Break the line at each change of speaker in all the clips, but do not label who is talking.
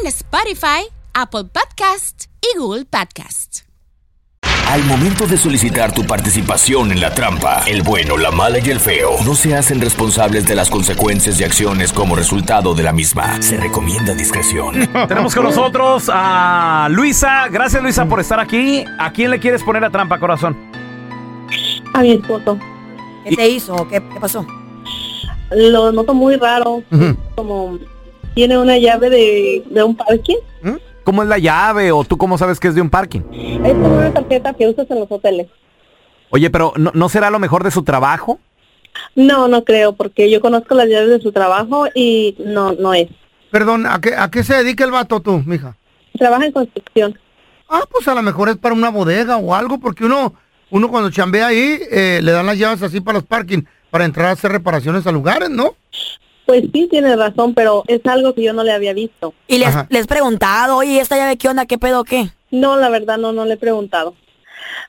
en Spotify, Apple Podcast y Google Podcast.
Al momento de solicitar tu participación en la trampa, el bueno, la mala y el feo no se hacen responsables de las consecuencias y acciones como resultado de la misma. Se recomienda discreción.
Tenemos con nosotros a Luisa. Gracias, Luisa, por estar aquí. ¿A quién le quieres poner la trampa, corazón?
A mi esposo.
¿Qué te hizo? ¿Qué, qué pasó?
Lo noto muy raro. Como tiene una llave de, de un parque.
¿Cómo es la llave o tú cómo sabes que es de un parking?
Es como una tarjeta que usas en los hoteles.
Oye, pero ¿no, no será lo mejor de su trabajo?
No, no creo, porque yo conozco las llaves de su trabajo y no, no es.
Perdón, ¿a qué, ¿a qué se dedica el vato tú, mija?
Trabaja en construcción.
Ah, pues a lo mejor es para una bodega o algo, porque uno, uno cuando chambea ahí, eh, le dan las llaves así para los parking, para entrar a hacer reparaciones a lugares, ¿no?
Pues sí, tiene razón, pero es algo que yo no le había visto.
Y les,
Ajá.
les preguntado, oye, ¿esta llave qué onda? ¿Qué pedo qué?
No, la verdad no, no le he preguntado.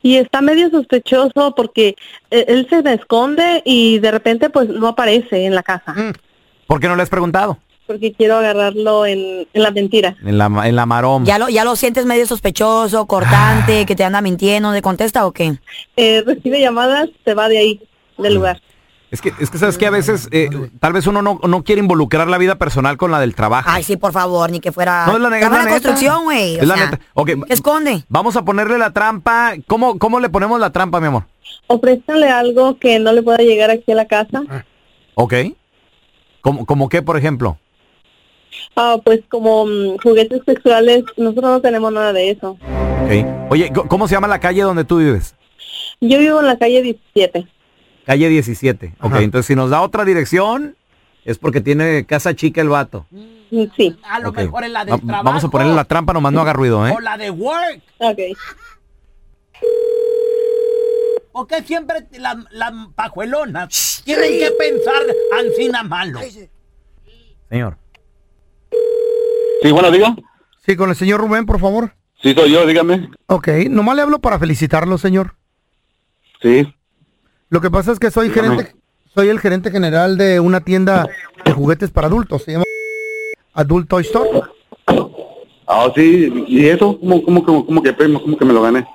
Y está medio sospechoso porque eh, él se me esconde y de repente pues no aparece en la casa
Mm.
¿Por qué no le has preguntado?
porque quiero agarrarlo en, en la mentira.
En la, en la maroma.
¿Ya lo, ¿Ya lo sientes medio sospechoso,
Ah.
cortante, que te anda mintiendo, te contesta o qué?
Eh, recibe llamadas, se va de ahí, del lugar.
Es que, es que sabes que a veces, eh, tal vez uno no, no quiere involucrar la vida personal con la del trabajo.
Ay, sí, por favor, ni que fuera...
No, es la, ne- es
Trabaja
la
en
neta.
construcción, güey. o
Es la
sea,
neta. Ok,
¿Qué esconde?
Vamos a ponerle la trampa. ¿Cómo, ¿Cómo le ponemos la trampa, mi amor?
Ofrézcanle algo que no le pueda llegar aquí a la casa.
Ok. ¿Cómo, cómo qué, por ejemplo?
Ah, pues como mm, juguetes sexuales, nosotros no tenemos nada de eso.
Ok. Oye, ¿cómo- ¿cómo se llama la calle donde tú vives?
Yo vivo en la calle 17.
Calle 17. Ok,
Ajá.
entonces si nos da otra dirección, es porque tiene casa chica el vato.
Mm, Sí,
A lo
Ok.
mejor es la
Va-
del trabajo.
Vamos a ponerle la trampa, nomás no haga ruido, ¿eh?
O la de work.
ok.
¿Por qué siempre las la pajuelonas tienen que pensar ansina malo?
Señor.
Sí, bueno, diga.
Sí, con el señor Rubén, por favor.
Sí, soy yo, dígame.
Ok, nomás le hablo para felicitarlo, señor.
Sí.
Lo que pasa es que soy
Dígame.
gerente, soy el gerente general de una tienda de juguetes para adultos, se llama Adult Toy Store.
Ah, sí. ¿Y eso? ¿Cómo, cómo, cómo, cómo que primo? ¿Cómo que me lo gané?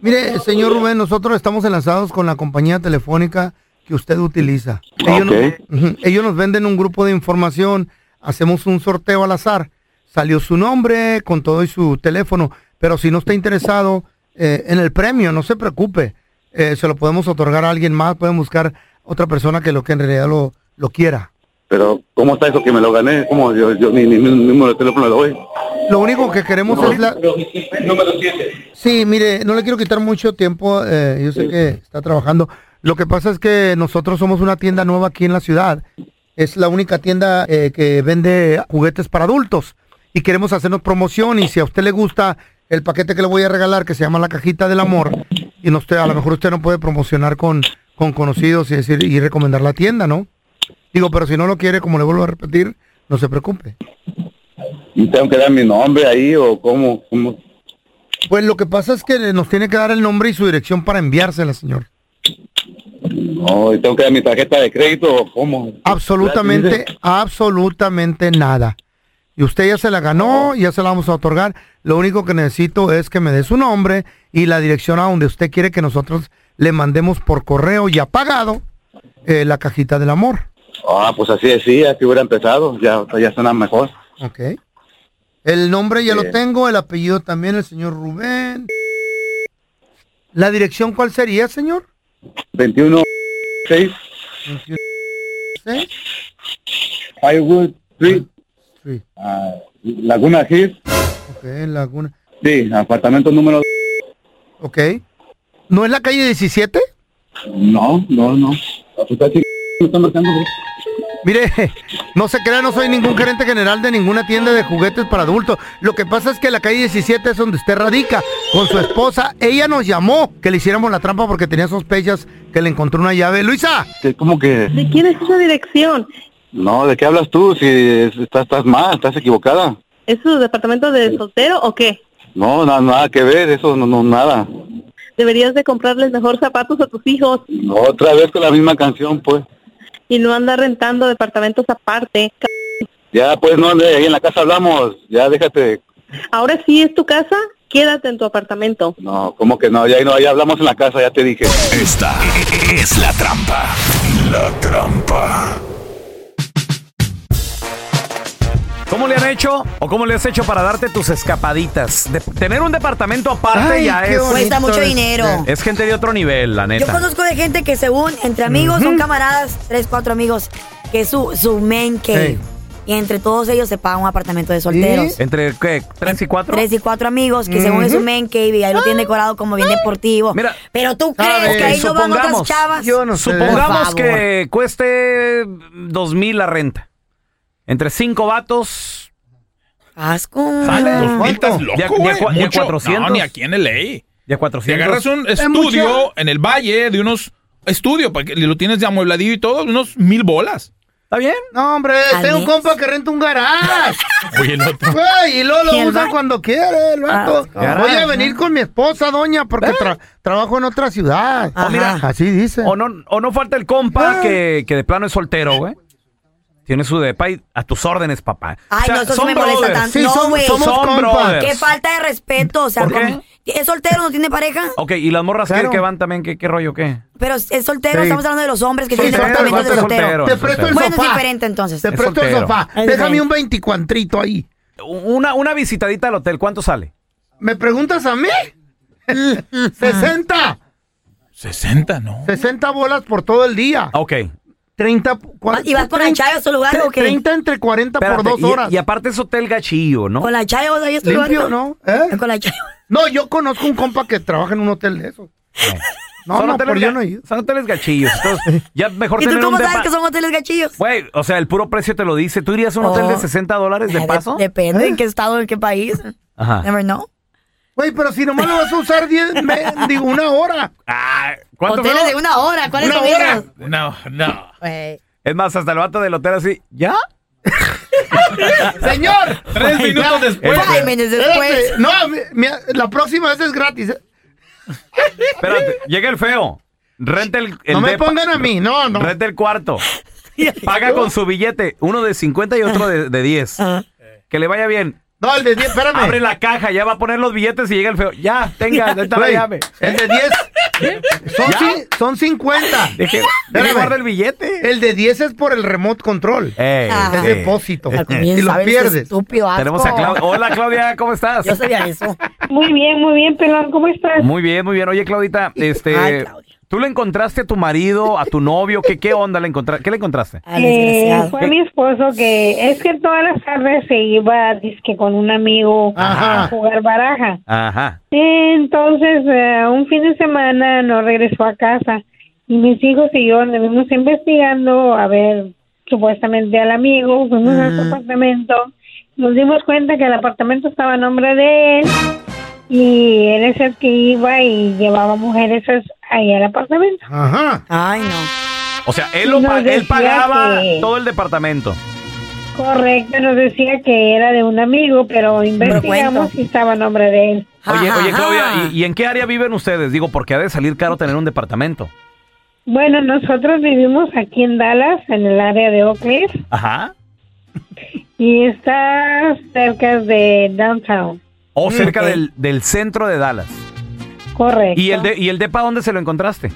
Mire, señor Rubén, nosotros estamos enlazados con la compañía telefónica que usted utiliza.
Ok.
nos, ujú, ellos nos venden un grupo de información, hacemos un sorteo al azar. Salió su nombre con todo y su teléfono, pero si no está interesado eh, en el premio, no se preocupe. Eh, se lo podemos otorgar a alguien más, pueden buscar otra persona que lo que en realidad lo, lo quiera.
Pero, ¿cómo está eso que me lo gané? ¿Cómo? Yo, yo ni, ni, ni un número de teléfono le doy.
Lo único que queremos es la...
Número 7.
Sí, mire, no le quiero quitar mucho tiempo, eh, yo sé que está trabajando. Lo que pasa es que nosotros somos una tienda nueva aquí en la ciudad. Es la única tienda eh, que vende juguetes para adultos y queremos hacernos promoción y si a usted le gusta el paquete que le voy a regalar que se llama la cajita del amor y no usted, a lo mejor usted no puede promocionar con, con conocidos y decir y recomendar la tienda, ¿no? Digo, pero si no lo quiere, como le vuelvo a repetir, no se preocupe.
¿Y tengo que dar mi nombre ahí o cómo? cómo?
Pues lo que pasa es que nos tiene que dar el nombre y su dirección para enviársela, señor.
No, ¿y tengo que dar mi tarjeta de crédito o cómo?
Absolutamente, absolutamente nada. Y usted ya se la ganó, ya se la vamos a otorgar. Lo único que necesito es que me dé su nombre y la dirección a donde usted quiere que nosotros le mandemos por correo ya pagado eh, la cajita del amor.
Ah, pues así decía, que hubiera empezado. Ya, ya suena mejor.
¿Ok? El nombre ya lo
Bien.
tengo, el apellido también, el señor Rubén. ¿La dirección cuál sería, señor?
21 6
¿Sí?
Firewood Street,
Sí,
ah, Laguna Hills.
ok, Laguna.
Sí, apartamento número.
Ok. ¿No es la calle 17?
No, no, no. Pues está chingando, me está marcando, güey.
Mire, no se crea, no soy ningún gerente general de ninguna tienda de juguetes para adultos. Lo que pasa es que la calle 17 es donde usted radica con su esposa. Ella nos llamó que le hiciéramos la trampa porque tenía sospechas que le encontró una llave. Luisa,
Que como que
¿De quién es esa dirección?
no, ¿de qué hablas tú? Si es- estás, estás mal, estás equivocada.
¿Es su departamento de soltero o qué?
No, na- nada que ver, eso no, no nada.
Deberías de comprarles mejor zapatos a tus hijos
Otra vez con la misma canción, pues.
y no andar rentando departamentos aparte.
Ya, pues no, de ahí en la casa hablamos. Ya déjate.
Ahora sí es tu casa, quédate en tu apartamento.
No, como que no, ya ahí no, ya hablamos en la casa, ya te dije.
Esta es la trampa. La trampa.
¿Cómo le han hecho o cómo le has hecho para darte tus escapaditas? De- tener un departamento aparte
Ay,
ya
qué
es.
bonito.
Cuesta mucho
es-
Pues,
dinero.
Es gente de otro nivel, la
Yo
neta.
conozco de gente que según entre amigos son camaradas, tres, cuatro amigos, que es su, su main cave.
Hey.
Y entre todos ellos se paga un apartamento de solteros.
Entre qué, tres y cuatro.
Tres y cuatro amigos que según es su main cave y ahí lo tienen decorado como bien deportivo.
Mira.
Pero tú
A
crees
ver,
que ahí no van otras
supongamos.
chavas.
yo no sé.
Supongamos
Por favor.
que cueste dos mil la renta. Entre cinco vatos.
Asco.
Sale, dos mil, estás
¿cuánto?
loco,
Ya- ya
güey.
cua- ya
Mucho.
400.
No, ni aquí en LA.
Ya
Te
400.
agarras un
mucho.
estudio en el valle de unos estudios, para que lo tienes de amuebladillo y todo, unos mil bolas.
¿Está bien?
No, hombre,
Al
tengo un
mes.
compa que renta un garage.
Oye, el otro.
Güey, y luego
¿Y
lo
el
usa
ba-
cuando quiere el vato.
Ah,
Voy a
garage,
venir con mi esposa, doña, porque tra- trabajo en otra ciudad.
Ah, mira.
Así dice.
O no, o no falta el
Ah.
compa que, que de plano es soltero, güey. Tiene su depa y a tus órdenes, papá.
Ay, no, eso sí me molesta
brothers.
tanto.
Sí,
no,
son-
güey.
somos
Son
compas.
brothers.
Qué falta de respeto. O sea,
¿Por qué?
como- ¿es soltero? ¿No tiene pareja?
Ok, ¿y las morras qué-
Claro.
qué, van también? ¿Qué, qué rollo qué?
Pero es soltero,
Sí.
estamos hablando de los hombres que
Sí,
tienen
sí,
departamentos
el
de
vato es
soltero.
soltero.
Te presto el
Bueno, es
sofá.
diferente, entonces.
Te
Es
presto
soltero.
el sofá.
Es
Déjame
diferente.
un veinticuantrito ahí.
Una, una visitadita al hotel, ¿cuánto sale?
¿Me preguntas a mí? 60.
60, ¿no?
60 bolas por todo el día.
Ok.
30. cua-
¿Y vas con la
30,
chaya a su lugar o qué?
30 entre 40
Espérate,
por dos
y-
horas.
Y, aparte es hotel gachillo, ¿no?
Con la chaya, o sea, yo estoy
¿Limpio,
igual,
no? ¿Eh?
Con la chaya.
No, yo conozco un compa que trabaja en un hotel de esos. No,
son,
no,
hoteles
por yo
ga-
no he ido.
son hoteles gachillos. Entonces, ya mejor
¿Y tú
tener un
cómo sabes
depa-
que son hoteles gachillos?
Güey, o sea, el puro precio te lo dice. ¿Tú irías a un hotel de
Oh.
60 dólares de
Eh,
paso? Ah.
depende en qué estado, en qué país.
Ajá.
Never know.
Güey, pero si nomás lo vas a usar 10, me- digo, una hora.
Ah, ¿cuánto
Hoteles
fue?
de una hora, ¿cuáles
Una
son
hora.
esos?
No, no.
Güey.
Es más, hasta el vato del hotel así, ¿ya?
Señor.
Tres minutos después.
Five minutes después.
Espérate, no, mi- mira, la próxima vez es gratis. ¿eh?
Espérate, llega el feo. Renta el, el
No me
depa.
pongan a mí, no, no.
Renta el cuarto. Paga con su billete, uno de 50 y otro de, de 10. Que le vaya bien.
No, el de 10, espérame.
Abre la caja, ya va a poner los billetes y llega el feo. Ya, tenga, ahí está la
Güey,
llave.
El de 10. Son, cin- son 50.
Dije,
Espérame.
guarda el billete.
El de 10 es por el remote control.
Ey,
Eh, Ajá.
Es
sí.
depósito.
Ah. Al
Y
comienzo,
lo
a ver,
pierdes.
Estúpido, asco.
Tenemos a Claudia. Hola, Claudia, ¿cómo estás?
Yo sabía eso.
Muy bien, muy bien, Pelón, ¿cómo estás?
Muy bien, muy bien. Oye, Claudita, este,
Ay, Claudia.
¿tú le encontraste a tu marido, a tu novio? ¿Qué, qué onda le encontraste? ¿Qué le encontraste?
Al
Eh,
Ah, desgraciado.
fue mi esposo que es que todas las tardes se iba dizque con un amigo
Ajá.
a jugar baraja.
Ajá.
Entonces, eh, un fin de semana no regresó a casa y mis hijos y yo anduvimos investigando a ver supuestamente al amigo, fuimos a su apartamento, nos dimos cuenta que el apartamento estaba a nombre de él y él es el que iba y llevaba mujeres ahí al apartamento.
Ajá.
Ay, no.
O sea, él, lo
Nos
pa- él
decía
pagaba
que-
todo el departamento.
Correcto, nos decía que era de un amigo, pero
bueno.
investigamos si estaba a nombre de él.
Oye,
Ajá,
oye, Claudia,
ajá.
¿y, y en qué área viven ustedes? Digo, porque ha de salir caro tener un departamento.
Bueno, nosotros vivimos aquí en Dallas, en el área de Oak Cliff,
Ajá.
y está cerca de Downtown.
O cerca
Mm, ok.
del, del centro de Dallas.
Correcto.
¿Y el, de, ¿Y el depa dónde se lo encontraste?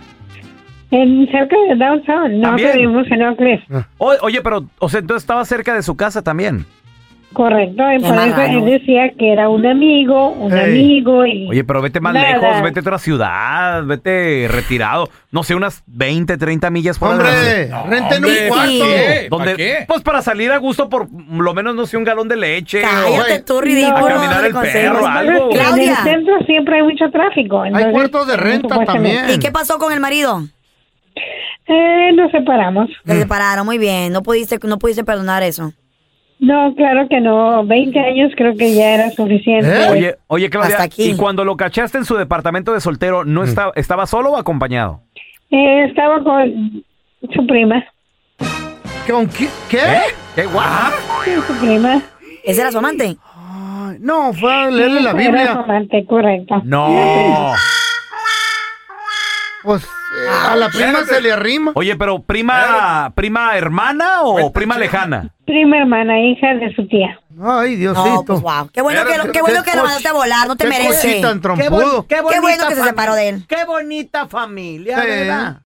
En, cerca de Downtown, no
También.
que vivimos en Oak Cliff.
O- oye, pero, o sea, entonces estaba cerca de su casa también.
Correcto, y
Qué
por eso
marrano.
él decía que era un amigo, un
Ey.
amigo y...
Oye, pero vete más
Nada.
lejos, vete a otra ciudad, vete retirado. No sé, unas 20, 30 millas por
Hombre, renten un Hombre, ¿para cuarto. qué? ¿Para
¿Donde,
qué?
Pues para salir a gusto por mm, lo menos, no sé, un galón de leche.
Cállate
o-
tú, ridículo,
A caminar
hombre,
el
consejos.
perro, algo.
Claro. Claudia.
En el centro siempre hay mucho tráfico. entonces, supuestamente-
¿Y qué pasó con el marido?
Eh, nos separamos.
Mm.
Se separaron, muy bien. No pudiste, no pudiste perdonar eso.
No, claro que no. 20 años creo que ya era suficiente.
Oye, oye, Claudia,
Hasta aquí.
y cuando lo cachaste en su departamento de soltero, ¿no
Mm.
estaba, estaba solo o acompañado?
Eh, estaba con su prima.
¿Con qué? ¿Eh? ¿Qué?
¿Qué guapa?
su prima.
¿Ese era su amante?
no, fue a leerle
Sí,
la
era
Biblia.
su amante, correcto.
No.
¿Eh? Pues eh, a la prima se le arrima.
Oye, pero prima, prima hermana
Pues,
o prima lejana?
Prima hermana, hija de su tía.
Ay, Diosito.
No, pues, wow. Qué bueno que, lo- qué bueno que lo mandaste a volar, no te
qué
merece.
cochita en
Qué
trompudo.
bon- qué Qué bueno bonita que se familia. separó de él.
Qué bonita familia,
Sí.
¿verdad?